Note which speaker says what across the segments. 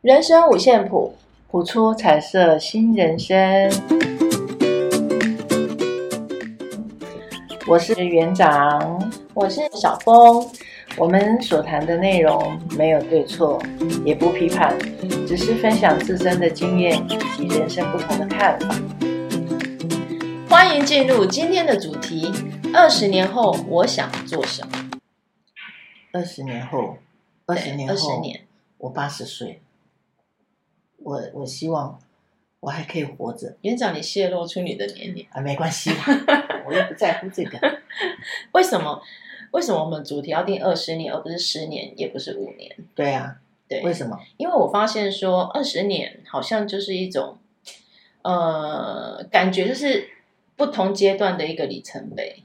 Speaker 1: 人生五线谱，谱出彩色新人生。我是园长，我是小峰。我们所谈的内容没有对错，也不批判，只是分享自身的经验以及人生不同的看法。欢迎进入今天的主题：二十年后我想做什么？二十年后，二十年后，
Speaker 2: 二十年，
Speaker 1: 我八十岁，我我希望我还可以活着
Speaker 2: 园长，你泄露出你的年龄，
Speaker 1: 啊，没关系啦， 我又不在乎 这个。
Speaker 2: 为什么？为什么我们主题要定二十年，而不是十年，也不是五年？
Speaker 1: 对啊，
Speaker 2: 对，
Speaker 1: 为什么？
Speaker 2: 因为我发现说二十年好像就是一种，呃，感觉就是不同阶段的一个里程碑。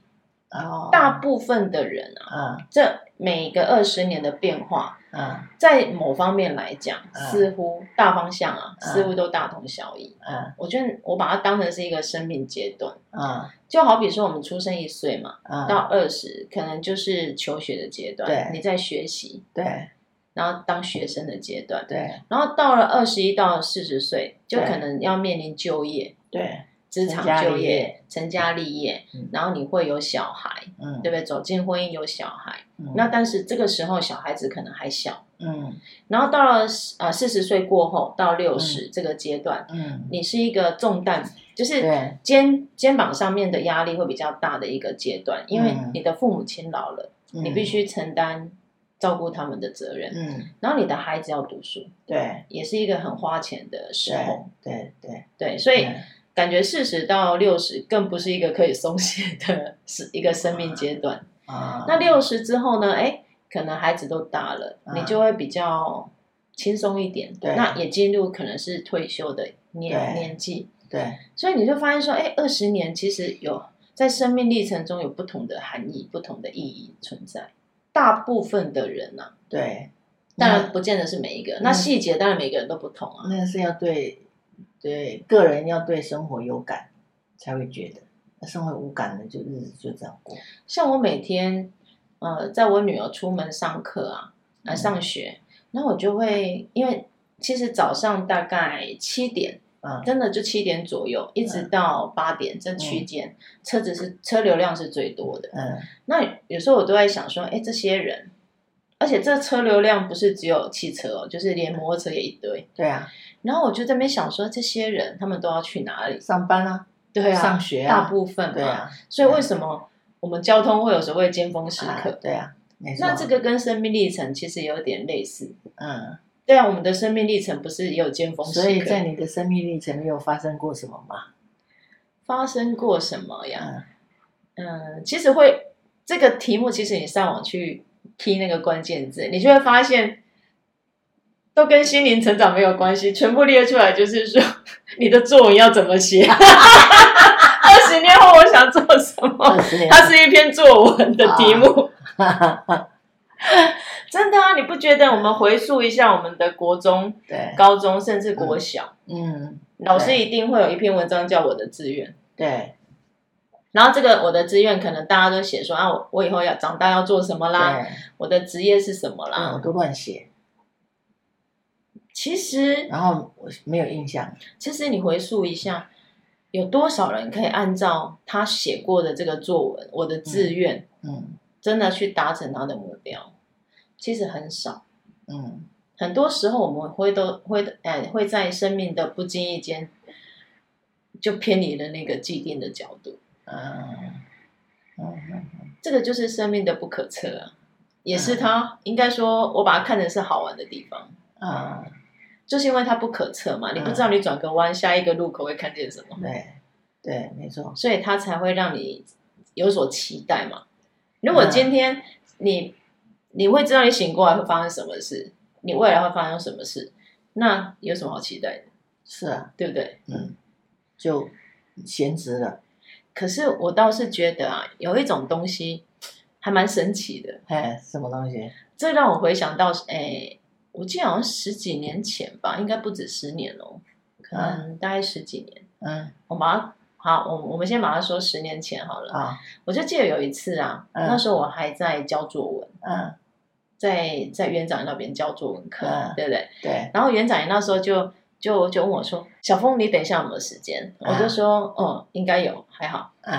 Speaker 1: 哦，
Speaker 2: 大部分的人啊，
Speaker 1: 啊
Speaker 2: 这每个二十年的变化，
Speaker 1: 啊
Speaker 2: 在某方面来讲，
Speaker 1: 嗯
Speaker 2: 似乎大方向啊，
Speaker 1: 嗯
Speaker 2: 似乎都大同小异。
Speaker 1: 啊
Speaker 2: 我觉得我把它当成是一个生命阶段，
Speaker 1: 啊
Speaker 2: 就好比说我们出生一岁嘛。到
Speaker 1: 啊！
Speaker 2: 二十，可能就是求学的阶段，
Speaker 1: 对
Speaker 2: 你在学习，
Speaker 1: 对
Speaker 2: 然后当学生的阶段，
Speaker 1: 对
Speaker 2: 然后到了二十一到四十岁，就
Speaker 1: 对
Speaker 2: 可能要面临就业、
Speaker 1: 对，
Speaker 2: 职
Speaker 1: 成家
Speaker 2: 场就
Speaker 1: 立
Speaker 2: 业
Speaker 1: 业、
Speaker 2: 成家立业
Speaker 1: 嗯，
Speaker 2: 然后你会有小孩，
Speaker 1: 嗯，
Speaker 2: 对不对？走进婚姻有小孩，
Speaker 1: 嗯
Speaker 2: 那但是这个时候小孩子可能还小，
Speaker 1: 嗯
Speaker 2: 然后到了呃四十岁过后到六十这个阶段，
Speaker 1: 嗯，
Speaker 2: 你是一个重担，就是
Speaker 1: 对
Speaker 2: 肩肩膀上面的压力会比较大的一个阶段，因为
Speaker 1: 嗯
Speaker 2: 你的父母亲老了，你必须承担照顾他们的责任，
Speaker 1: 嗯，
Speaker 2: 然后你的孩子要读书，
Speaker 1: 对
Speaker 2: 也是一个很花钱的时
Speaker 1: 对
Speaker 2: 候，
Speaker 1: 对对，嗯
Speaker 2: 对，所以感觉四十到六十更不是一个可以松懈的是一个生命阶段。
Speaker 1: 啊，
Speaker 2: 那六十之后呢？哎，可能孩子都大了，
Speaker 1: 啊
Speaker 2: 你就会比较轻松一点，
Speaker 1: 对
Speaker 2: 那也进入可能是退休的年
Speaker 1: 对
Speaker 2: 年纪，
Speaker 1: 对
Speaker 2: 所以你就发现说，哎，二十年其实有在生命历程中有不同的含义、不同的意义存在。大部分的人呐、啊，
Speaker 1: 对，
Speaker 2: 当
Speaker 1: 嗯
Speaker 2: 然不见得是每一个，那细节当然每个人都不同啊。
Speaker 1: 那是要对对个人要对生活有感才会觉得，那生活无感的就日子就这样过。
Speaker 2: 像我每天，呃，在我女儿出门上课啊，呃，
Speaker 1: 嗯
Speaker 2: 上学，那我就会因为其实早上大概七点，
Speaker 1: 嗯
Speaker 2: 真的就七点左右，一直到八点这区间，车子是车流量是最多的。
Speaker 1: 嗯
Speaker 2: 那有时候我都在想说，哎，这些人，而且这车流量不是只有汽车哦，就是连摩托车也一堆。
Speaker 1: 对啊，
Speaker 2: 然后我就在那边想说，这些人他们都要去哪里？
Speaker 1: 上班啊，
Speaker 2: 对啊，
Speaker 1: 上学啊
Speaker 2: 大部分嘛
Speaker 1: 对啊，
Speaker 2: 所以为什么我们交通会有所谓尖峰时刻？
Speaker 1: 啊对啊，没错。
Speaker 2: 那这个跟生命历程其实有点类似。
Speaker 1: 嗯。
Speaker 2: 对啊，我们的生命历程不是也有尖峰时刻？
Speaker 1: 所以在你的生命历程，你有发生过什么吗？
Speaker 2: 发生过什么呀？
Speaker 1: 嗯
Speaker 2: 嗯，其实会这个题目，其实你上网去 key 那个关键字，你就会发现，都跟心灵成长没有关系，全部列出来就是说 你的作文要怎么写。 二十年后我想做什么
Speaker 1: 二？十年，啊
Speaker 2: 它哦是一篇作文的题目，真的啊！你不觉得我们回溯一下我们的国中、
Speaker 1: 对，
Speaker 2: 高中甚至国小，
Speaker 1: 嗯，
Speaker 2: 老师一定会有一篇文章叫我的志愿。
Speaker 1: 对，
Speaker 2: 然后这个我的志愿可能大家都写说啊，我我以后要长大要做什么啦，
Speaker 1: 对，
Speaker 2: 我的职业是什么
Speaker 1: 嗯
Speaker 2: 啦。
Speaker 1: 我都乱写，
Speaker 2: 其实
Speaker 1: 然后我没有印象，
Speaker 2: 其实你回溯一下，有多少人可以按照他写过的这个作文，我的志愿，
Speaker 1: 嗯
Speaker 2: 真的去达成他的目标？其实很少。
Speaker 1: 嗯，
Speaker 2: 很多时候我们会都会哎会在生命的不经意间，就偏离了那个既定的角度。
Speaker 1: 嗯嗯
Speaker 2: 这个就是生命的不可测啊，也是它应该说，我把它看成是好玩的地方。
Speaker 1: 啊，
Speaker 2: 就是因为它不可测嘛，你不知道你转个弯，下一个路口会看见什么，
Speaker 1: 对对，没错，
Speaker 2: 所以它才会让你有所期待嘛。如果今天你你会知道你醒过来会发生什么事，你未来会发生什么事，那有什么好期待的，
Speaker 1: 是啊，
Speaker 2: 对不对？
Speaker 1: 嗯，就闲职了，
Speaker 2: 可是我倒是觉得啊，有一种东西还蛮神奇的，
Speaker 1: 哎，什么东西？
Speaker 2: 这让我回想到，哎，我记得好像十几年前吧，应该不止十年哦，可能大概十几年。
Speaker 1: 嗯
Speaker 2: 我把它好，我我们先把它说十年前好了。
Speaker 1: 啊
Speaker 2: 我就记得有一次啊，
Speaker 1: 嗯
Speaker 2: 那时候我还在教作文，
Speaker 1: 嗯
Speaker 2: 在在园长那边教作文课，
Speaker 1: 嗯
Speaker 2: 对不对？
Speaker 1: 对，
Speaker 2: 然后园长也那时候就就就问我说：“小峰，你等一下有没有时间？”
Speaker 1: 啊
Speaker 2: 我就说：“嗯，应该有，还好。
Speaker 1: 嗯”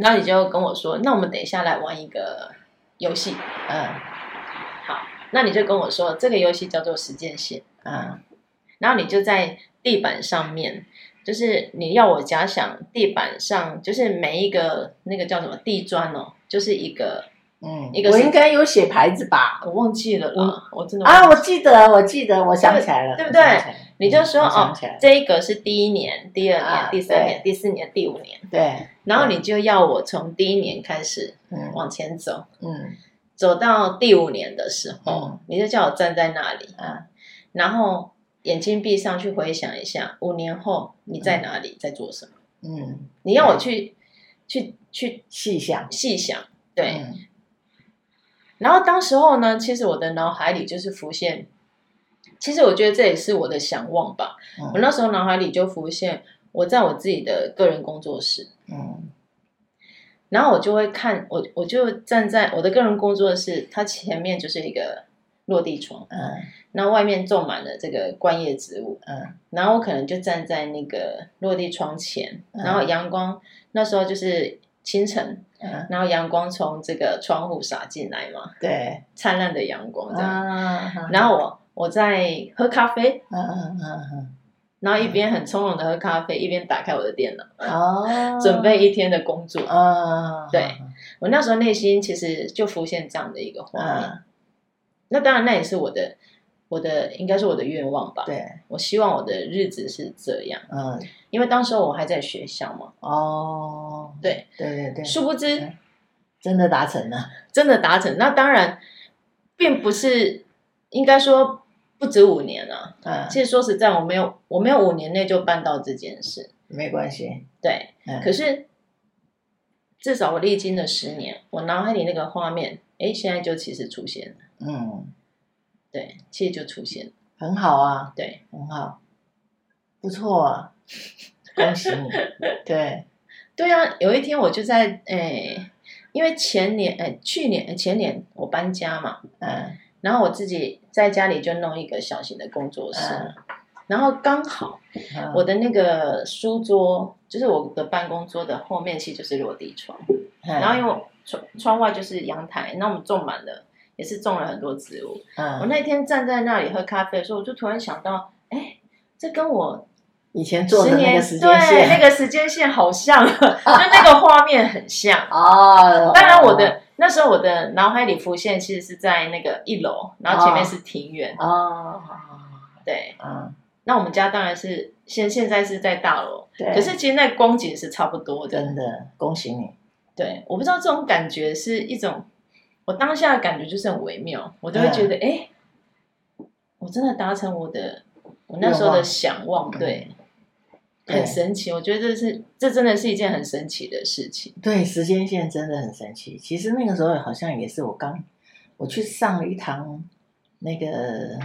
Speaker 2: 然后你就跟我说：“那我们等一下来玩一个游戏。
Speaker 1: 嗯”
Speaker 2: 那你就跟我说这个游戏叫做时间线，
Speaker 1: 嗯
Speaker 2: 然后你就在地板上面，就是你要我假想地板上就是每一个那个叫什么地砖哦，就是一个
Speaker 1: 嗯
Speaker 2: 一个
Speaker 1: 我
Speaker 2: 是
Speaker 1: 应该有写牌子吧？
Speaker 2: 我忘记了啦，我真的忘
Speaker 1: 啊，
Speaker 2: 记
Speaker 1: 我记得，我记得，我想起来了，
Speaker 2: 对对不对
Speaker 1: 我想起来了？
Speaker 2: 你就说
Speaker 1: 嗯我
Speaker 2: 哦
Speaker 1: 想起来，了
Speaker 2: 这一个是第一年、第二年
Speaker 1: 啊、
Speaker 2: 第三
Speaker 1: 对
Speaker 2: 年、第四年、第五年，
Speaker 1: 对，
Speaker 2: 然后你就要我从第一年开始
Speaker 1: 嗯
Speaker 2: 往前走，
Speaker 1: 嗯
Speaker 2: 走到第五年的时候，
Speaker 1: 嗯
Speaker 2: 你就叫我站在那里，
Speaker 1: 啊
Speaker 2: 然后眼睛闭上去回想一下，五年后你在哪里，在做什么？
Speaker 1: 嗯，
Speaker 2: 你要我去去去
Speaker 1: 细想，
Speaker 2: 细想，对。
Speaker 1: 嗯
Speaker 2: 然后当时候呢，其实我的脑海里就是浮现，其实我觉得这也是我的想望吧。
Speaker 1: 嗯
Speaker 2: 我那时候脑海里就浮现我在我自己的个人工作室，
Speaker 1: 嗯
Speaker 2: 然后我就会看我，我就站在我的个人工作室，它前面就是一个落地窗，
Speaker 1: 嗯
Speaker 2: 那外面种满了这个观叶植物，
Speaker 1: 嗯
Speaker 2: 然后我可能就站在那个落地窗前，
Speaker 1: 嗯
Speaker 2: 然后阳光那时候就是清晨，
Speaker 1: 嗯，
Speaker 2: 然后阳光从这个窗户洒进来嘛，
Speaker 1: 对，
Speaker 2: 灿烂的阳光这样，
Speaker 1: 啊，
Speaker 2: 然后我我在喝咖啡。
Speaker 1: 嗯嗯嗯
Speaker 2: 然后一边很从容的喝咖啡，一边打开我的电脑，
Speaker 1: 嗯，哦，
Speaker 2: 准备一天的工作。
Speaker 1: 嗯，嗯，
Speaker 2: 对我那时候内心其实就浮现这样的一个画面。
Speaker 1: 嗯，
Speaker 2: 那当然，那也是我的，我的应该是我的愿望吧。
Speaker 1: 对，
Speaker 2: 我希望我的日子是这样，
Speaker 1: 嗯，
Speaker 2: 因为当时候我还在学校嘛。
Speaker 1: 哦，
Speaker 2: 对，
Speaker 1: 对嗯对对，
Speaker 2: 殊不知
Speaker 1: 嗯真的达成了，
Speaker 2: 真的达成，那当然并不是应该说不止五年啊。
Speaker 1: 嗯，
Speaker 2: 其实说实在，我没有我没有五年内就办到这件事，
Speaker 1: 没关系，
Speaker 2: 对。
Speaker 1: 嗯，
Speaker 2: 可是至少我历经了十年，我脑海里那个画面，哎，现在就其实出现了，
Speaker 1: 嗯，
Speaker 2: 对，其实就出现了，
Speaker 1: 很好啊，
Speaker 2: 对。
Speaker 1: 很好，不错啊，恭喜你，对，
Speaker 2: 对啊，有一天我就在诶、因为前年诶、去年、诶前年我搬家嘛，
Speaker 1: 嗯
Speaker 2: 然后我自己在家里就弄一个小型的工作室，
Speaker 1: 嗯
Speaker 2: 然后刚好
Speaker 1: 嗯
Speaker 2: 我的那个书桌，就是我的办公桌的后面，其实就是落地窗，然后因为我窗窗外就是阳台，那我们种满了，也是种了很多植物。我
Speaker 1: 嗯，
Speaker 2: 那天站在那里喝咖啡的时候，我就突然想到，哎，这跟我
Speaker 1: 以前做
Speaker 2: 十
Speaker 1: 的那
Speaker 2: 年
Speaker 1: 个时间
Speaker 2: 对那
Speaker 1: 线，
Speaker 2: 个时间线好 像，啊就那个画面很像。
Speaker 1: 哦，
Speaker 2: 当然，我的那时候我的脑海里浮现其实是在那个一楼，然后前面是庭院。
Speaker 1: 哦，
Speaker 2: 对，
Speaker 1: 嗯，
Speaker 2: 那我们家当然是现现在是在大楼，
Speaker 1: 对，
Speaker 2: 可是其实那光景是差不多的。
Speaker 1: 真的恭喜你，
Speaker 2: 对，我不知道这种感觉是一种，我当下的感觉就是很微妙，我都会
Speaker 1: 嗯
Speaker 2: 觉得，哎、我真的达成我的我那时候的想望，
Speaker 1: 望嗯
Speaker 2: 对，
Speaker 1: 对
Speaker 2: 很神奇。我觉得这是这真的是一件很神奇的事情。
Speaker 1: 对，时间线真的很神奇。其实那个时候好像也是我刚我去上了一堂那个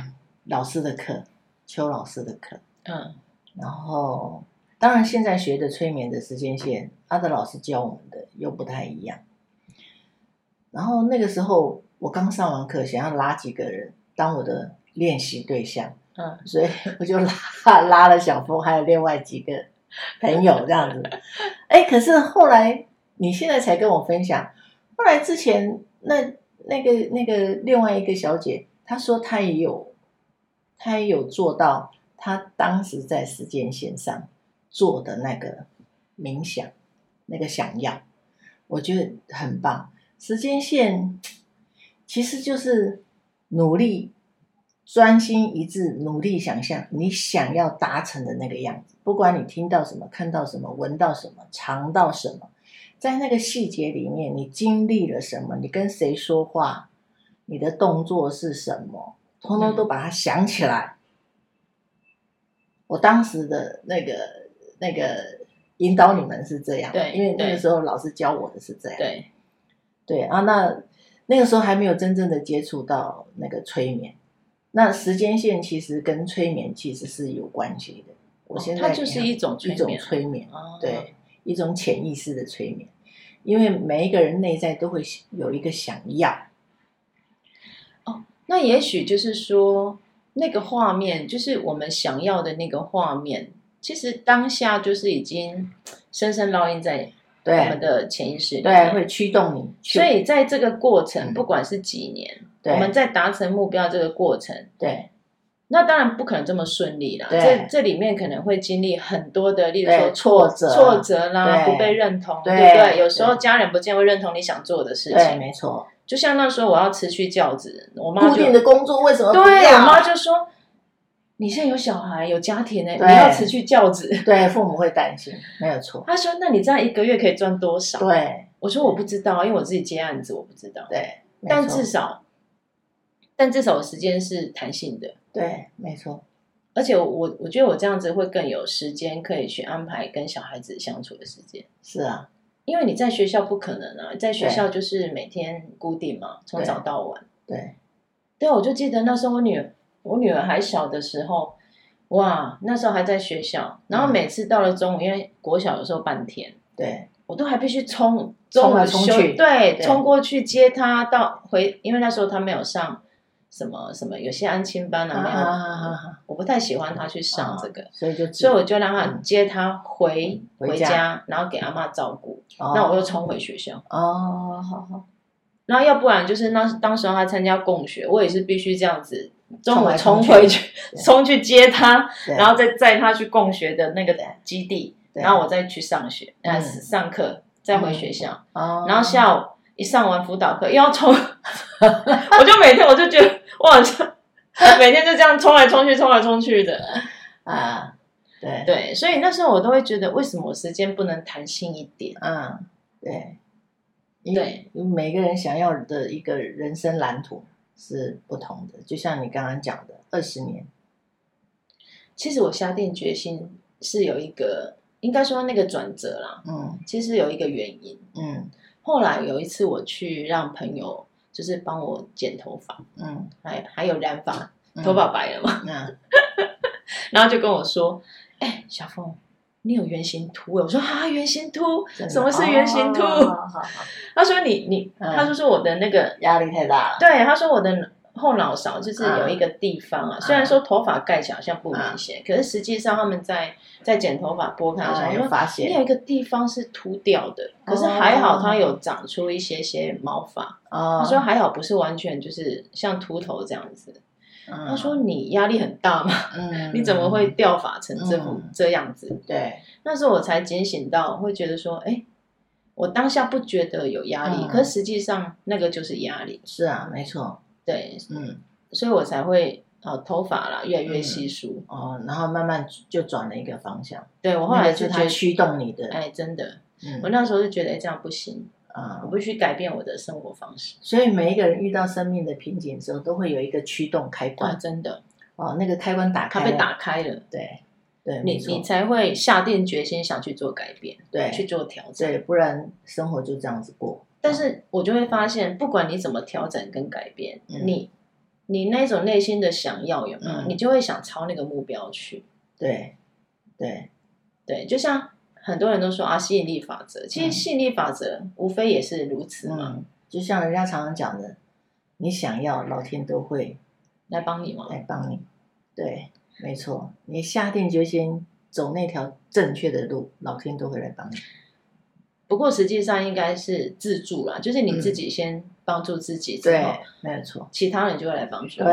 Speaker 1: 老师的课，邱老师的课，
Speaker 2: 嗯
Speaker 1: 然后，当然现在学的催眠的时间线，阿德老师教我们的又不太一样。然后那个时候我刚上完课，想要拉几个人当我的练习对象，
Speaker 2: 嗯
Speaker 1: 所以我就拉拉了小峰，还有另外几个朋友这样子。哎，可是后来你现在才跟我分享，后来之前那那个那个另外一个小姐，她说她也有，她也有做到，她当时在时间线上做的那个冥想，那个想要，我觉得很棒。时间线其实就是努力、专心一致、努力想象你想要达成的那个样子。不管你听到什么、看到什么、闻到什么、尝到什么，在那个细节里面，你经历了什么，你跟谁说话，你的动作是什么，通通都把它想起来。我当时的那个那个引导你们是这样，
Speaker 2: 对
Speaker 1: 因为那
Speaker 2: 对
Speaker 1: 个时候老师教我的是这样，
Speaker 2: 对，
Speaker 1: 对啊，那那个时候还没有真正的接触到那个催眠，那时间线其实跟催眠其实是有关系的。我现在
Speaker 2: 哦它就是一种催
Speaker 1: 一种
Speaker 2: 眠，
Speaker 1: 催眠，
Speaker 2: 哦，
Speaker 1: 对，一种潜意识的催眠，因为每一个人内在都会有一个想要，
Speaker 2: 哦，那也许就是说，那个画面就是我们想要的那个画面，其实当下就是已经深深烙印在我们
Speaker 1: 对
Speaker 2: 的潜意识里
Speaker 1: 对，
Speaker 2: 面。
Speaker 1: 会驱动你去
Speaker 2: 所，以在这个过
Speaker 1: 嗯
Speaker 2: 程，不管是几年，
Speaker 1: 对
Speaker 2: 我们在达成目标这个过程，
Speaker 1: 对
Speaker 2: 那当然不可能这么顺利啦。
Speaker 1: 对
Speaker 2: 这这里面可能会经历很多的，例如说
Speaker 1: 对挫折
Speaker 2: 挫折啦，
Speaker 1: 对
Speaker 2: 不被认同，
Speaker 1: 对
Speaker 2: 对不对？有时候
Speaker 1: 对
Speaker 2: 家人不见会认同你想做的事
Speaker 1: 对，
Speaker 2: 情，
Speaker 1: 没错。
Speaker 2: 就像那时候我要辞去教职，我妈
Speaker 1: 固
Speaker 2: 就
Speaker 1: 定的工作为什么不
Speaker 2: 对我妈
Speaker 1: 要？
Speaker 2: 就说：“你现在有小孩有家庭呢、
Speaker 1: 对
Speaker 2: 你要辞去教职。
Speaker 1: 对，父母会担心，没有”错。
Speaker 2: 她说：“那你这样一个月可以赚多少
Speaker 1: 对？”
Speaker 2: 我说：“我不知道，因为我自己接案子，我不知道。
Speaker 1: 对，没
Speaker 2: 但
Speaker 1: 错
Speaker 2: 至少，但至少我时间是弹性的，
Speaker 1: 对，没错，
Speaker 2: 而且我我我觉得我这样子会更有时间可以去安排跟小孩子相处的时间。”
Speaker 1: 是啊，
Speaker 2: 因为你在学校不可能啊，在学校就是每天固定嘛，从早到晚。
Speaker 1: 对
Speaker 2: 对，啊我就记得那时候我女儿，我女儿还小的时候，哇，那时候还在学校，然
Speaker 1: 嗯
Speaker 2: 后每次到了中午，因为国小有时候半天，
Speaker 1: 对
Speaker 2: 我都还必须冲中
Speaker 1: 冲来
Speaker 2: 午
Speaker 1: 冲
Speaker 2: 休
Speaker 1: 去
Speaker 2: 对，
Speaker 1: 对
Speaker 2: 冲过去接她到回，因为那时候她没有上什么什么，有些安亲班啊没有，
Speaker 1: 啊，
Speaker 2: 我不太喜欢她去上这个，
Speaker 1: 所以就只
Speaker 2: 所以我就让她
Speaker 1: 嗯
Speaker 2: 接她回、
Speaker 1: 回
Speaker 2: 回
Speaker 1: 家
Speaker 2: 家，然后给阿妈照顾，
Speaker 1: 哦
Speaker 2: 那我又冲回学校。
Speaker 1: 哦，好好
Speaker 2: 然后要不然就是那当时候他参加共学，我也是必须这样子，中午
Speaker 1: 冲来冲
Speaker 2: 冲
Speaker 1: 去
Speaker 2: 回去
Speaker 1: 对，
Speaker 2: 冲去接他，
Speaker 1: 对
Speaker 2: 然后再载他去共学的那个基地，
Speaker 1: 对
Speaker 2: 然后我再去上学，
Speaker 1: 嗯
Speaker 2: 呃，上课再回学校，
Speaker 1: 哦，
Speaker 2: 然后下午一上完辅导课又要冲， 我就每天我就 觉得我好像每天就这样冲来冲去，冲来冲去的，
Speaker 1: 啊，对，
Speaker 2: 对，所以那时候我都会觉得，为什么我时间不能弹性一点？
Speaker 1: 嗯，对，因
Speaker 2: 对
Speaker 1: 每个人想要的一个人生蓝图是不同的，就像你刚刚讲的，二十年，
Speaker 2: 其实我下定决心是有一个，应该说那个转折啦。
Speaker 1: 嗯
Speaker 2: 其实有一个原因。
Speaker 1: 嗯
Speaker 2: 后来有一次我去让朋友就是帮我剪头发，
Speaker 1: 嗯，
Speaker 2: 还还有染发，
Speaker 1: 嗯
Speaker 2: 头发白了嘛，
Speaker 1: 嗯
Speaker 2: 然后就跟我说：“哎、小凤，你有圆形秃欸？”我说：“啊，圆形秃
Speaker 1: 真，的
Speaker 2: 什么是圆形秃？”
Speaker 1: 哦好好好
Speaker 2: 他说你：“你
Speaker 1: 嗯
Speaker 2: 他就说我的那个，
Speaker 1: 压力太大了，
Speaker 2: 对，他说我的后脑勺就是有一个
Speaker 1: 嗯
Speaker 2: 地方啊，虽然说头发盖起来好像不明显，可是实际上他们在在剪头发拨开的时候，
Speaker 1: 啊
Speaker 2: 他
Speaker 1: 有
Speaker 2: 说
Speaker 1: 发
Speaker 2: 你有
Speaker 1: 现
Speaker 2: 一个地方是秃掉的，可是
Speaker 1: 哦
Speaker 2: 还好它有长出一些些毛发。
Speaker 1: 哦
Speaker 2: 他说还好不是完全就是像秃头这样子。
Speaker 1: 他
Speaker 2: 他说你压力很大吗？
Speaker 1: 嗯，
Speaker 2: 你怎么会掉发成这副
Speaker 1: 嗯
Speaker 2: 这样子？
Speaker 1: 对
Speaker 2: 那时候我才警醒到，会觉得说，哎，我当下不觉得有压力，
Speaker 1: 嗯
Speaker 2: 可实际上那个就是压力。
Speaker 1: 是啊，没错，
Speaker 2: 对，
Speaker 1: 嗯
Speaker 2: 所以我才会呃头发啦越来越稀疏。
Speaker 1: 哦，然后慢慢就转了一个方向，
Speaker 2: 对我后
Speaker 1: 那
Speaker 2: 来
Speaker 1: 个
Speaker 2: 就是觉得
Speaker 1: 它，驱动你的，
Speaker 2: 哎，真的，
Speaker 1: 嗯
Speaker 2: 我那时候就觉得哎这样不行，
Speaker 1: 啊
Speaker 2: 我，必须改变我的生活方式。
Speaker 1: 所以每一个人遇到生命的瓶颈的时候，都会有一个驱动开
Speaker 2: 啊，
Speaker 1: 关，
Speaker 2: 真的。
Speaker 1: 哦，那个开关打
Speaker 2: 它
Speaker 1: 开了，
Speaker 2: 被打开了，
Speaker 1: 对对，
Speaker 2: 你
Speaker 1: 没错
Speaker 2: 你才会下定决心想去做改变，
Speaker 1: 对
Speaker 2: 去做调整。
Speaker 1: 对，不然生活就这样子过。
Speaker 2: 但是我就会发现，不管你怎么调整跟改变，
Speaker 1: 嗯
Speaker 2: 你你那种内心的想要有没有，
Speaker 1: 嗯
Speaker 2: 你就会想朝那个目标去。
Speaker 1: 对对
Speaker 2: 对，就像很多人都说啊，吸引力法则，其实
Speaker 1: 嗯
Speaker 2: 吸引力法则无非也是如此嘛，
Speaker 1: 嗯，就像人家常常讲的，你想要，老天都会
Speaker 2: 来帮你嘛。
Speaker 1: 来帮你。对，没错，你下定决心走那条正确的路，老天都会来帮你。
Speaker 2: 不过实际上应该是自助啦，就是你自己先帮助自己之后，
Speaker 1: 嗯对，没有错。
Speaker 2: 其他人就会来帮助。
Speaker 1: 对，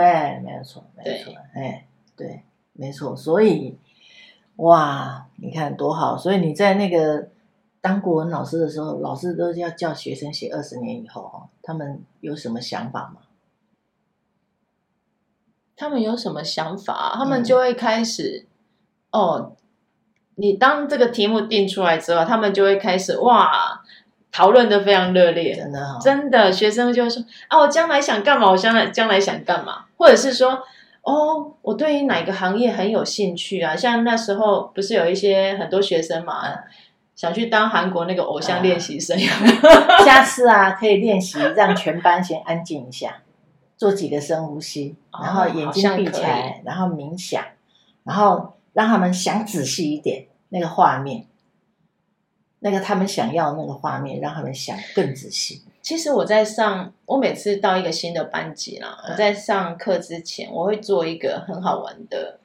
Speaker 1: 没有错，没有错，哎，对，没错。所以，哇，你看多好！所以你在那个当国文老师的时候，老师都是要叫学生写二十年以后哦，他们有什么想法吗？
Speaker 2: 他们有什么想法啊、他们
Speaker 1: 嗯
Speaker 2: 就会开始、哦。你当这个题目定出来之后，他们就会开始哇，讨论的非常热烈。
Speaker 1: 真的哈、
Speaker 2: 真的，学生就会说啊，我将来想干嘛？我将来将来想干嘛？或者是说哦，我对于哪个行业很有兴趣啊？像那时候不是有一些很多学生嘛，想去当韩国那个偶像练习生，
Speaker 1: 啊 下次啊，可以练习让全班先安静一下，做几个深呼吸，
Speaker 2: 哦
Speaker 1: 然后眼睛闭起
Speaker 2: 好像
Speaker 1: 来，然后冥想，然后让他们想仔细一点那个画面，那个他们想要那个画面，让他们想更仔细。
Speaker 2: 其实我在上，我每次到一个新的班级啦，
Speaker 1: 嗯
Speaker 2: 我在上课之前，我会做一个很好玩的，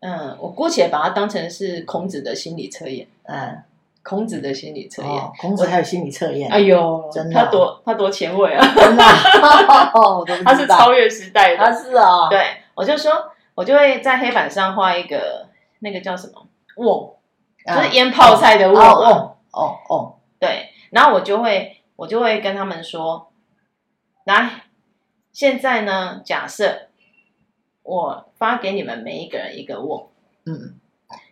Speaker 2: 嗯，我姑且把它当成是孔子的心理测验，
Speaker 1: 嗯，
Speaker 2: 孔子的心理测验。
Speaker 1: 哦，孔子还有心理测验，
Speaker 2: 哎呦，
Speaker 1: 真的啊
Speaker 2: 他多他多前卫啊！
Speaker 1: 真的啊，我都不知道
Speaker 2: 他是超越时代
Speaker 1: 他
Speaker 2: 的。
Speaker 1: 是哦，
Speaker 2: 对，我就说，我就会在黑板上画一个那个叫什么瓮，就
Speaker 1: 啊，
Speaker 2: 是腌泡菜的瓮
Speaker 1: 哦
Speaker 2: 啊。
Speaker 1: 哦哦哦，
Speaker 2: 对，然后我就会我就会跟他们说，来，现在呢，假设我发给你们每一个人一个瓮，
Speaker 1: 嗯，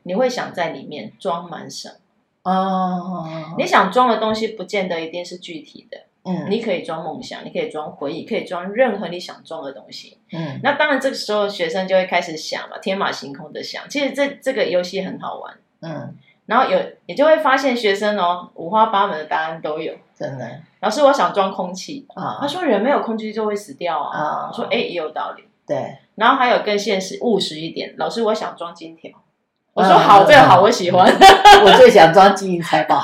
Speaker 2: 你会想在里面装满什么？
Speaker 1: 哦，
Speaker 2: 你想装的东西，不见得一定是具体的，
Speaker 1: 嗯
Speaker 2: 你可以装梦想，你可以装回忆，可以装任何你想装的东西。
Speaker 1: 嗯
Speaker 2: 那当然，这个时候学生就会开始想嘛，天马行空的想。其实这这个游戏很好玩，
Speaker 1: 嗯，
Speaker 2: 然后有你就会发现学生哦，五花八门的答案都有。
Speaker 1: 真的
Speaker 2: 老师，我想装空气，他
Speaker 1: 啊
Speaker 2: 说人没有空气就会死掉啊。
Speaker 1: 啊，
Speaker 2: 我说哎，也有道理。
Speaker 1: 对，
Speaker 2: 然后还有更现实务实一点，老师，我想装金条。我说
Speaker 1: 嗯
Speaker 2: 好，
Speaker 1: 嗯
Speaker 2: 这个好，
Speaker 1: 嗯
Speaker 2: 我喜欢。
Speaker 1: 我最想装金银财宝，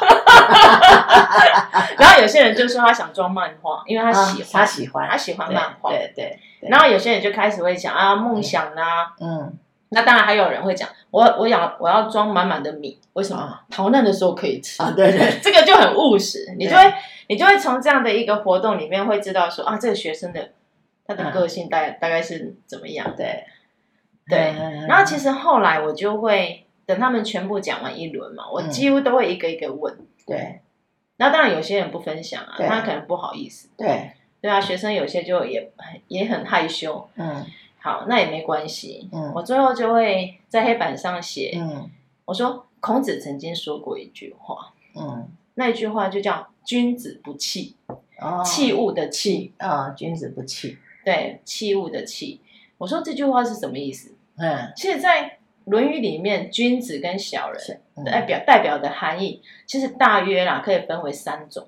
Speaker 2: 然后有些人就说他想装漫画，因为他喜
Speaker 1: 啊他
Speaker 2: 欢，
Speaker 1: 喜欢
Speaker 2: 他喜欢漫画。
Speaker 1: 对对对，对
Speaker 2: 然后有些人就开始会讲啊梦想啦，
Speaker 1: 嗯
Speaker 2: 那当然还有人会讲我我想我要装满满的米，为什么
Speaker 1: 啊？
Speaker 2: 逃难的时候可以吃
Speaker 1: 啊，对对，
Speaker 2: 这个就很务实，你就会你就会从这样的一个活动里面会知道说啊，这个学生的他的
Speaker 1: 嗯
Speaker 2: 个性大概大概是怎么样。
Speaker 1: 对
Speaker 2: 对
Speaker 1: 嗯
Speaker 2: 然后其实后来我就会等他们全部讲完一轮嘛，我
Speaker 1: 嗯
Speaker 2: 几乎都会一个一个问。
Speaker 1: 对
Speaker 2: 那当然有些人不分享啊，
Speaker 1: 对
Speaker 2: 他可能不好意思。
Speaker 1: 对，
Speaker 2: 对啊，学生有些就也也很害羞。
Speaker 1: 嗯
Speaker 2: 好，那也没关系。
Speaker 1: 嗯
Speaker 2: 我最后就会在黑板上写，
Speaker 1: 嗯
Speaker 2: 我说孔子曾经说过一句话，
Speaker 1: 嗯，
Speaker 2: 那一句话就叫“君子不器”，
Speaker 1: 哦，
Speaker 2: 器物的器，
Speaker 1: 啊，君子不器，
Speaker 2: 对，器物的器。我说这句话是什么意思？
Speaker 1: 嗯，
Speaker 2: 其实，在《论语》里面，君子跟小人
Speaker 1: 是嗯
Speaker 2: 代表代表的含义，其实大约啦可以分为三种，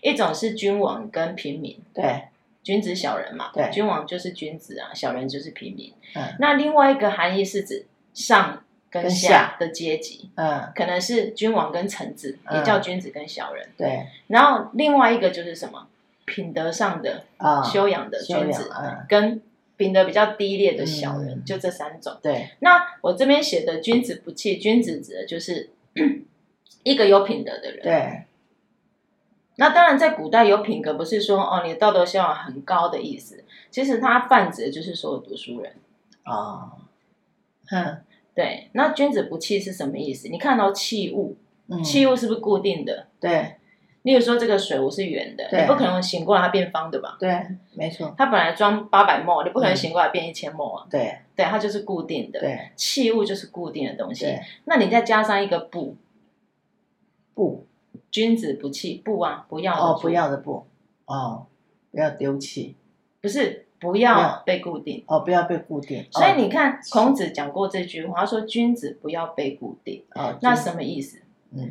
Speaker 2: 一种是君王跟平民，
Speaker 1: 对，
Speaker 2: 君子小人嘛，
Speaker 1: 对
Speaker 2: 君王就是君子啊，小人就是平民。
Speaker 1: 嗯
Speaker 2: 那另外一个含义是指上跟
Speaker 1: 跟
Speaker 2: 下
Speaker 1: 下
Speaker 2: 的阶级，
Speaker 1: 嗯
Speaker 2: 可能是君王跟臣子，
Speaker 1: 嗯
Speaker 2: 也叫君子跟小人。
Speaker 1: 对
Speaker 2: 然后另外一个就是什么，品德上的、
Speaker 1: 啊，
Speaker 2: 修养的
Speaker 1: 修
Speaker 2: 君
Speaker 1: 养，
Speaker 2: 子，
Speaker 1: 嗯，
Speaker 2: 跟品德比较低劣的小人，
Speaker 1: 嗯
Speaker 2: 就这三种。
Speaker 1: 对，
Speaker 2: 那我这边写的君子不器，君子指的就是 一个有品德的人。
Speaker 1: 对
Speaker 2: 那当然，在古代有品格，不是说哦你的道德修养很高的意思，其实它泛指的就是所有读书人。
Speaker 1: 哦，嗯
Speaker 2: 对，那君子不器是什么意思？你看到器物，
Speaker 1: 嗯，
Speaker 2: 器物是不是固定的？
Speaker 1: 对
Speaker 2: 例如说这个水壶是圆的，
Speaker 1: 对
Speaker 2: 你不可能醒过来它变方的吧？
Speaker 1: 对，没错，
Speaker 2: 它本来装八百 ml，你不可能
Speaker 1: 嗯
Speaker 2: 醒过来变一千 ml 啊。
Speaker 1: 对
Speaker 2: 对，它就是固定的。
Speaker 1: 对
Speaker 2: 器物就是固定的东西。
Speaker 1: 对，
Speaker 2: 那你再加上一个不，
Speaker 1: 不
Speaker 2: 君子不器，不啊，不要的
Speaker 1: 哦，
Speaker 2: 不
Speaker 1: 不要的不哦，不要丢弃
Speaker 2: 不是不
Speaker 1: 不
Speaker 2: 要
Speaker 1: 要
Speaker 2: 被固定。
Speaker 1: 哦，不要被固定，
Speaker 2: 所以
Speaker 1: 你
Speaker 2: 你看，孔子讲过这句话，他说君子不要被固定。
Speaker 1: 哦，
Speaker 2: 那
Speaker 1: 君
Speaker 2: 什么意思？
Speaker 1: 嗯，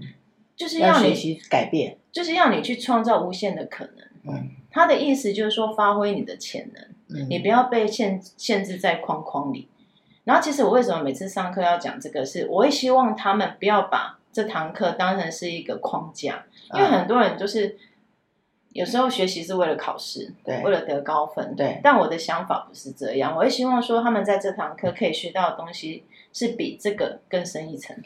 Speaker 2: 就是
Speaker 1: 要
Speaker 2: 要
Speaker 1: 学
Speaker 2: 你，
Speaker 1: 习改变，
Speaker 2: 就是要你去创造无限的可能。
Speaker 1: 嗯
Speaker 2: 他的意思就是说，发挥你的潜能，
Speaker 1: 嗯，
Speaker 2: 你不要被限限制在框框里。然后，其实我为什么每次上课要讲这个是，我会希望他们不要把这堂课当成是一个框架，因为
Speaker 1: 啊
Speaker 2: 很多人就是有时候学习是为了考试，
Speaker 1: 对
Speaker 2: 为了得高分，
Speaker 1: 对
Speaker 2: 但我的想法不是这样，我会希望说他们在这堂课可以学到的东西是比这个更深一层。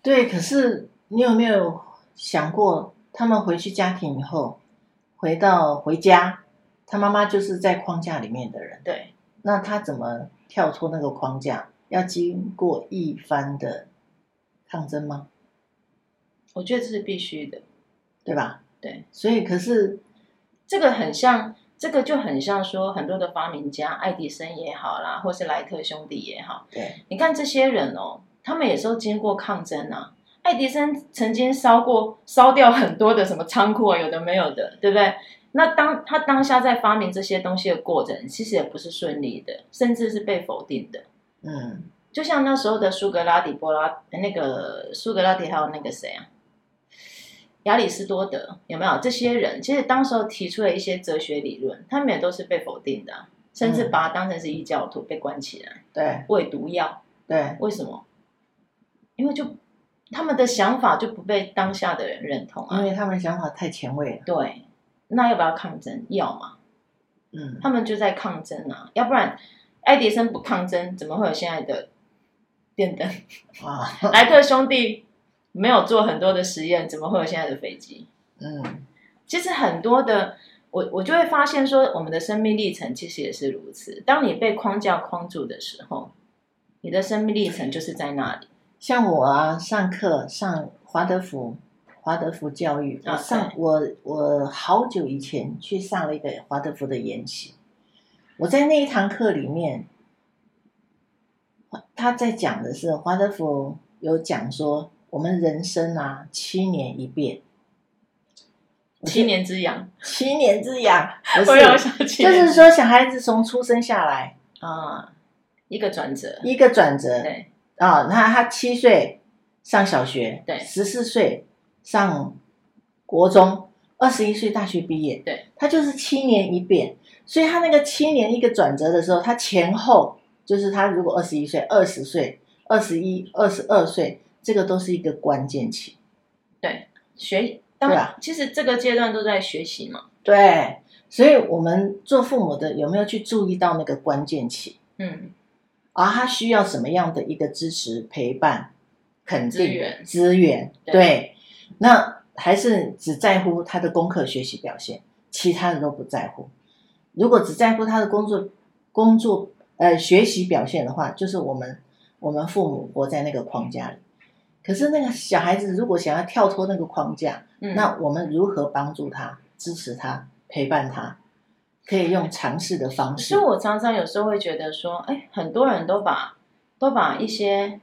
Speaker 1: 对，可是你有没有想过，他们回去家庭以后，回到回家，他妈妈就是在框架里面的人，
Speaker 2: 对，
Speaker 1: 那他怎么跳脱那个框架？要经过一番的抗争吗？
Speaker 2: 我觉得这是必须的。
Speaker 1: 对吧？
Speaker 2: 对，
Speaker 1: 所以可是
Speaker 2: 这个很像，这个就很像说很多的发明家，爱迪生也好啦，或是莱特兄弟也好，
Speaker 1: 对
Speaker 2: 你看这些人哦，他们也是都经过抗争啊。爱迪生曾经烧过烧掉很多的什么仓库啊，有的没有的，对不对？那当他当下在发明这些东西的过程，其实也不是顺利的，甚至是被否定的。
Speaker 1: 嗯，
Speaker 2: 就像那时候的苏格拉底、柏拉那个苏格拉底，还有那个谁啊，亚里士多德，有没有？这些人其实当时候提出了一些哲学理论，他们也都是被否定的啊、甚至把它当成是异教徒被关起来
Speaker 1: 对
Speaker 2: 喂毒药。
Speaker 1: 对
Speaker 2: 为什么？因为就他们的想法就不被当下的人认同
Speaker 1: 因
Speaker 2: 啊。
Speaker 1: 为他们想法太前卫了，
Speaker 2: 对，那要不要抗争？要嘛，
Speaker 1: 嗯，
Speaker 2: 他们就在抗争啊，要不然爱迪生不抗争，怎么会有现在的电灯？
Speaker 1: 哇，
Speaker 2: 莱特兄弟没有做很多的实验，怎么会有现在的飞机？
Speaker 1: 嗯
Speaker 2: 其实很多的，我我就会发现说，我们的生命历程其实也是如此。当你被框架框住的时候，你的生命历程就是在那里。
Speaker 1: 像我啊，上课上华德福，华德福教育，
Speaker 2: 啊
Speaker 1: 我上我我好久以前去上了一个华德福的研习，我在那一堂课里面，他在讲的是华德福有讲说，我们人生啊七年 一变，
Speaker 2: 七年之痒，
Speaker 1: 七年之痒，不
Speaker 2: 我有
Speaker 1: 是，
Speaker 2: 想起
Speaker 1: 就
Speaker 2: 来
Speaker 1: 是说小孩子从出生下来
Speaker 2: 啊，一个转折，
Speaker 1: 一个转折，
Speaker 2: 对
Speaker 1: 啊、那他七岁上小学，
Speaker 2: 对
Speaker 1: 十四岁上国中，二十一岁大学毕业，
Speaker 2: 对，
Speaker 1: 他就是七年一变，所以他那个七年一个转折的时候，他前后就是他如果二十一岁、二十岁、二十一、二十二岁，这个都是一个关键期。
Speaker 2: 学，当
Speaker 1: 对啊
Speaker 2: 其实这个阶段都在学习嘛，
Speaker 1: 对，所以我们做父母的有没有去注意到那个关键期？
Speaker 2: 嗯，
Speaker 1: 啊，他需要什么样的一个支持、陪伴、肯定
Speaker 2: 资源
Speaker 1: 资源
Speaker 2: 对
Speaker 1: 对，那还是只在乎他的功课学习表现，其他的都不在乎。如果只在乎他的工作、工作呃学习表现的话，就是我们我们父母活在那个框架里。可是那个小孩子如果想要跳脱那个框架，
Speaker 2: 嗯
Speaker 1: 那我们如何帮助他、支持他、陪伴他？可以用尝试的方式
Speaker 2: 所以，我常常有时候会觉得说，哎，很多人都把都把一些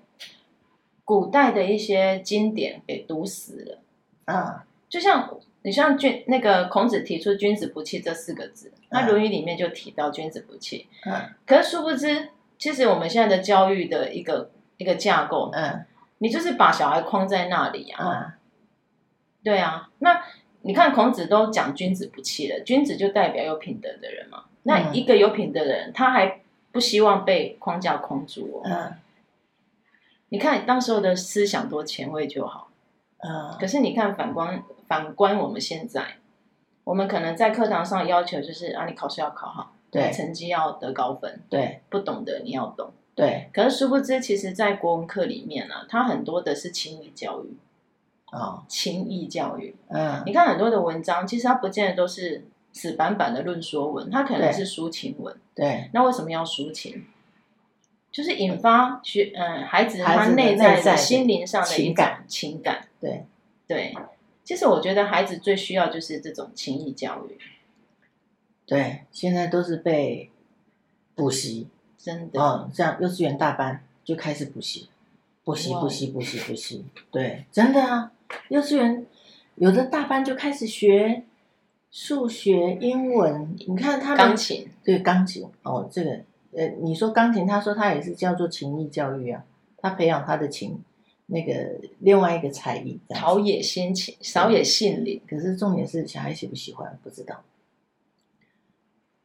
Speaker 2: 古代的一些经典给读死了，
Speaker 1: 啊，
Speaker 2: 就像你像君那个孔子提出“君子不器”这四个字，那《论语》里面就提到“君子不器
Speaker 1: 嗯”，
Speaker 2: 可是殊不知，其实我们现在的教育的一个一个架构，
Speaker 1: 嗯
Speaker 2: 你就是把小孩框在那里啊，
Speaker 1: 啊。
Speaker 2: 对啊，那你看孔子都讲君子不器了，君子就代表有品德的人嘛。那
Speaker 1: 嗯
Speaker 2: 一个有品德的人，他还不希望被框架框住哦。
Speaker 1: 嗯
Speaker 2: 你看当时候的思想多前卫就好，
Speaker 1: 嗯
Speaker 2: 可是你看反观反观我们现在，我们可能在课堂上要求就是啊，你考试要考好，
Speaker 1: 对
Speaker 2: 你成绩要得高分，
Speaker 1: 对
Speaker 2: 不懂的你要懂。
Speaker 1: 对
Speaker 2: 可是殊不知，其实，在国文课里面呢、啊，它很多的是情谊教育，
Speaker 1: 哦，
Speaker 2: 情谊教育。
Speaker 1: 嗯
Speaker 2: 你看很多的文章，其实它不见得都是死板板的论说文，它可能是抒情文。
Speaker 1: 对，
Speaker 2: 那为什么要抒情？就是引发学嗯、孩子
Speaker 1: 孩
Speaker 2: 他
Speaker 1: 子的
Speaker 2: 内在
Speaker 1: 内
Speaker 2: 的
Speaker 1: 在的
Speaker 2: 心灵上的一
Speaker 1: 情
Speaker 2: 种
Speaker 1: 感
Speaker 2: 情感。
Speaker 1: 对
Speaker 2: 对，其实我觉得孩子最需要就是这种情谊教育，
Speaker 1: 对，现在都是被补习
Speaker 2: 真的。
Speaker 1: 哦，这样幼稚园大班就开始补习，补习
Speaker 2: 哇
Speaker 1: 补习补习补习，对，真的啊，幼稚园有的大班就开始学数学、英文，你看他
Speaker 2: 钢
Speaker 1: 们
Speaker 2: 琴，
Speaker 1: 对钢琴哦，这个呃，你说钢琴，他说他也是叫做情谊教育啊，他培养他的情那个另外一个才艺，这样子
Speaker 2: 陶冶心情，陶冶性灵。
Speaker 1: 可是重点是小孩喜不喜欢不知道，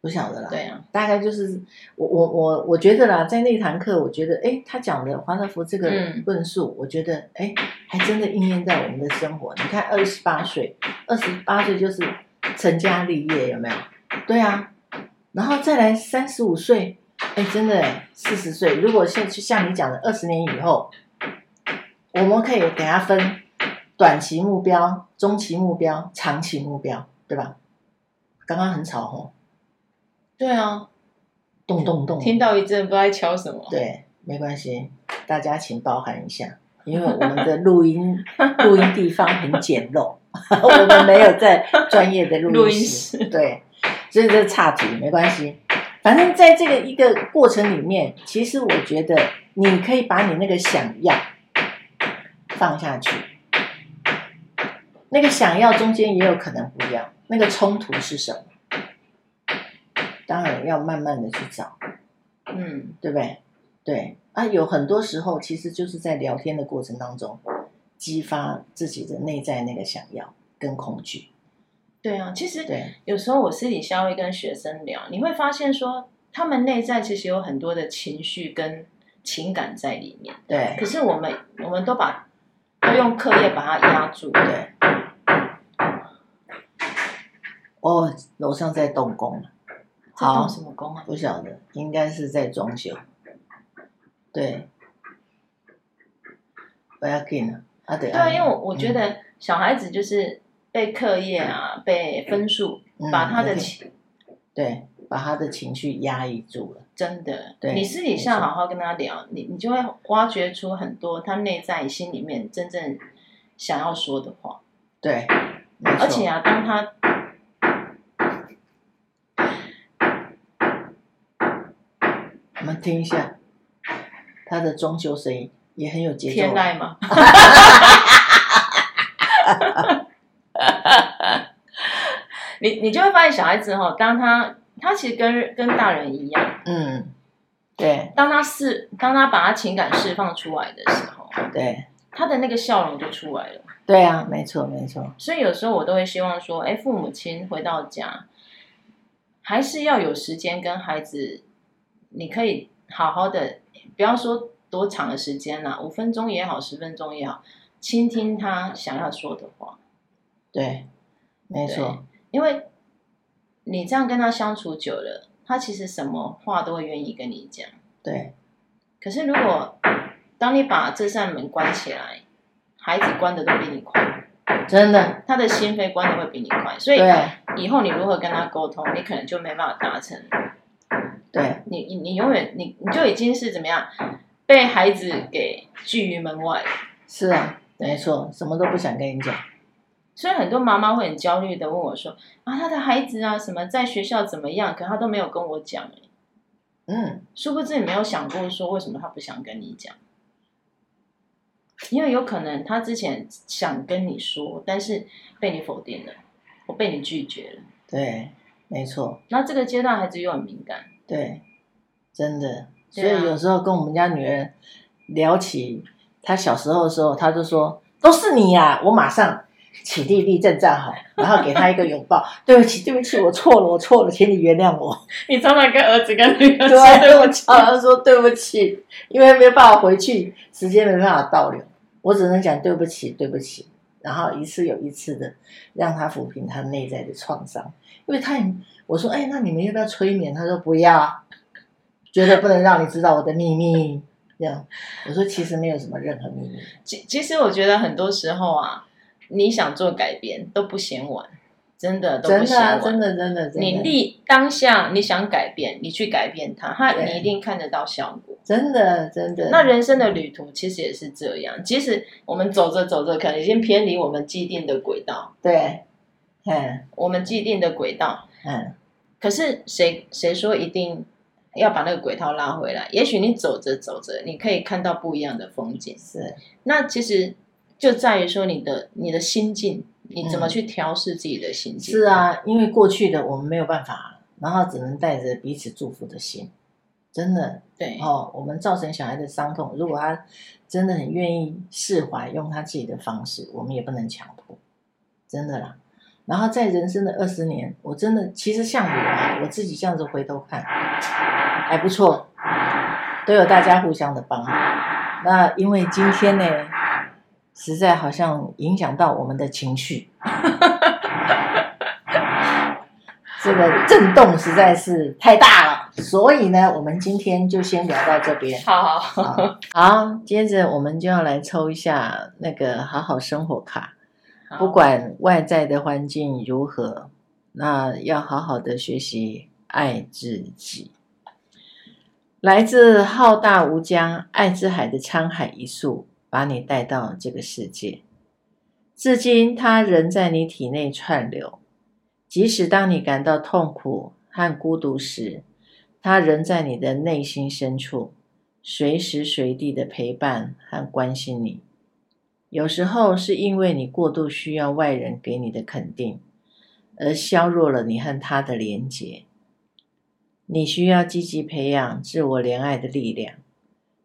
Speaker 1: 不晓得啦。
Speaker 2: 对，啊，
Speaker 1: 大概就是我我我我觉得啦，在那堂课，我觉得哎，他讲的华德福这个
Speaker 2: 嗯
Speaker 1: 论述，我觉得哎，还真的应验在我们的生活。你看，二十八岁，二十八岁就是成家立业，有没有？对啊，然后再来三十五岁，哎，真的四十岁，如果现就像你讲的，二十年以后，我们可以给他分短期目标、中期目标、长期目标，对吧？刚刚很吵吼，
Speaker 2: 对啊，
Speaker 1: 咚咚咚，
Speaker 2: 听到一阵不知道在敲什么。
Speaker 1: 对，没关系，大家请包涵一下，因为我们的录 音录音地方很简陋， 我们没有在专业的录
Speaker 2: 录
Speaker 1: 音
Speaker 2: 音
Speaker 1: 室，对，所以这差题没关系。反正在这个一个过程里面，其实我觉得你可以把你那个想要放下去，那个想要中间也有可能不要，那个冲突是什么？当然要慢慢的去找。
Speaker 2: 嗯，
Speaker 1: 对不对？对啊，有很多时候其实就是在聊天的过程当中，激发自己的内在那个想要跟恐惧。
Speaker 2: 对啊，其实
Speaker 1: 对，
Speaker 2: 有时候我私底下会跟学生聊，你会发现说，他们内在其实有很多的情绪跟情感在里面，
Speaker 1: 对
Speaker 2: 可，是我们我们都把都用课业把它压住。
Speaker 1: 对。哦，楼上在动工了，
Speaker 2: 这
Speaker 1: 好
Speaker 2: 动什么工啊？
Speaker 1: 不晓得，应该是在装修。对，不要紧了，啊对
Speaker 2: 对啊，因为我我觉得小孩子就是被课业啊，被分数，
Speaker 1: 嗯
Speaker 2: 把他的
Speaker 1: 对
Speaker 2: 情
Speaker 1: 对，把他的情绪压抑住了。
Speaker 2: 真的，
Speaker 1: 对
Speaker 2: 你私底下好好跟他聊，你你就会挖掘出很多他内在心里面真正想要说的话。
Speaker 1: 对，没错
Speaker 2: 而且啊，当他
Speaker 1: 我们听一下他的装修声音，也很有节
Speaker 2: 天
Speaker 1: 奏。啊
Speaker 2: 籁嘛， 你你就会发现小孩子哈、当他他其实跟跟大人一样，
Speaker 1: 嗯，对
Speaker 2: 当他释当他把他情感释放出来的时候，
Speaker 1: 对
Speaker 2: 他的那个笑容就出来了。
Speaker 1: 对啊，没错没错，
Speaker 2: 所以有时候我都会希望说，哎，父母亲回到家，还是要有时间跟孩子，你可以好好的，不要说多长的时间啦，五分钟也好，十分钟也好，倾听他想要说的话，
Speaker 1: 对，没错，
Speaker 2: 因为你这样跟他相处久了，他其实什么话都会愿意跟你讲。
Speaker 1: 对
Speaker 2: 可是如果当你把这扇门关起来，孩子关的都比你快，
Speaker 1: 真的
Speaker 2: 他的心扉关的会比你快，所以
Speaker 1: 对
Speaker 2: 以后你如何跟他沟通，你可能就没办法达成。
Speaker 1: 对
Speaker 2: 你你你永远你你就已经是怎么样被孩子给拒于门外了。
Speaker 1: 是啊，没错，什么都不想跟你讲。
Speaker 2: 所以很多妈妈会很焦虑的问我说：“啊，他的孩子啊，什么在学校怎么样？”可他都没有跟我讲、欸。
Speaker 1: 嗯，
Speaker 2: 殊不知你没有想过说为什么他不想跟你讲，因为有可能他之前想跟你说，但是被你否定了，我被你拒绝了。
Speaker 1: 对，没错，
Speaker 2: 那这个阶段孩子又很敏感，
Speaker 1: 对，真的。所以
Speaker 2: 对啊
Speaker 1: 有时候跟我们家女儿聊起她小时候的时候，她就说：“都是你呀、我马上起立立正站好，然后给她一个拥抱。 对不起，对不起，我错了，我错了，请你原谅我。
Speaker 3: 你常常跟儿子跟女儿
Speaker 1: 对，
Speaker 3: 说，
Speaker 1: 我常常啊说对不起，因为没有办法回去，时间没办法倒流，我只能讲对不起，对不起，然后一次又一次的让他抚平他内在的创伤，因为他也我说哎，那你们要不要催眠？他说不要啊，绝对不能让你知道我的秘密。这样，我说其实没有什么任何秘密，
Speaker 2: 其其实我觉得很多时候啊，你想做改变都不嫌晚，真的都不
Speaker 1: 真
Speaker 2: 嫌
Speaker 1: 的啊、
Speaker 2: 晚。
Speaker 1: 真的真的真
Speaker 2: 你
Speaker 1: 的
Speaker 2: 立当下你想改变，你去改变它，它
Speaker 1: 对
Speaker 2: 你一定看得到效果。
Speaker 1: 真的真的，
Speaker 2: 那人生的旅途其实也是这样，即使我们走着走着，可能已经偏离我们既定的轨道，
Speaker 1: 对，嗯
Speaker 2: 我们既定的轨道，
Speaker 1: 嗯，
Speaker 2: 可是谁谁说一定要把那个轨道拉回来？也许你走着走着，你可以看到不一样的风景。
Speaker 1: 是
Speaker 2: 那其实就在于说你的你的心境，你怎么去调试自己的心境。
Speaker 1: 嗯是啊，因为过去的我们没有办法，然后只能带着彼此祝福的心，真的
Speaker 2: 对，
Speaker 1: 哦，我们造成小孩的伤痛，如果他真的很愿意释怀，用他自己的方式，我们也不能强迫，真的啦。然后在人生的二十年，我真的其实像我啊，我自己这样子回头看，还不错，都有大家互相的帮忙。那因为今天呢，实在好像影响到我们的情绪， 这个震动实在是太大了，所以呢，我们今天就先聊到这边。
Speaker 2: 好好好，
Speaker 1: 好，好接着我们就要来抽一下那个好好生活卡。
Speaker 2: 啊
Speaker 1: 不管外在的环境如何，那要好好的学习爱自己。来自浩大无疆、爱之海的沧海一粟，把你带到这个世界。至今，它仍在你体内串流。即使当你感到痛苦和孤独时，它仍在你的内心深处，随时随地的陪伴和关心你。有时候是因为你过度需要外人给你的肯定，而削弱了你和他的连结。你需要积极培养自我怜爱的力量，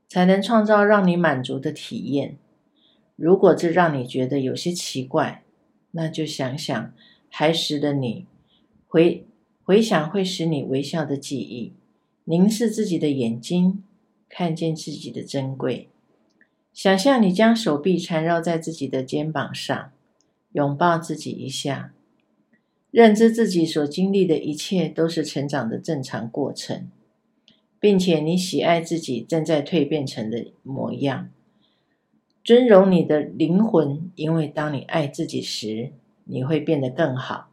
Speaker 1: 才能创造让你满足的体验。如果这让你觉得有些奇怪，那就想想孩时的你，回回想会使你微笑的记忆，凝视自己的眼睛，看见自己的珍贵。想象你将手臂缠绕在自己的肩膀上，拥抱自己一下，认知自己所经历的一切都是成长的正常过程，并且你喜爱自己正在蜕变成的模样，尊荣你的灵魂，因为当你爱自己时，你会变得更好，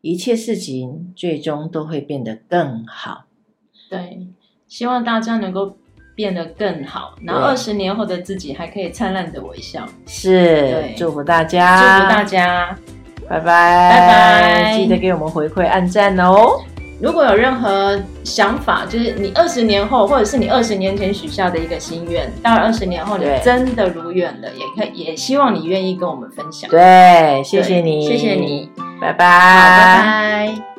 Speaker 1: 一切事情最终都会变得更好。
Speaker 2: 对，希望大家能够变得更好，然
Speaker 1: 啊
Speaker 2: 后二十年后的自己还可以灿烂的微笑。
Speaker 1: 是
Speaker 2: 对，
Speaker 1: 祝福大
Speaker 2: 祝
Speaker 1: 家，
Speaker 2: 福大，家！
Speaker 1: 拜拜，
Speaker 2: 拜拜
Speaker 1: 记得给我们回馈、按赞哦。
Speaker 2: 如果有任何想法，就是你二十年后，或者是你二十年前许下的一个心愿，到了二十年后你
Speaker 1: 对
Speaker 2: 真的如愿了，也可以，也希望你愿意跟我们分享。
Speaker 1: 对，谢
Speaker 2: 对
Speaker 1: 谢你，
Speaker 2: 谢谢你，，
Speaker 1: 拜拜，
Speaker 2: 好，拜拜。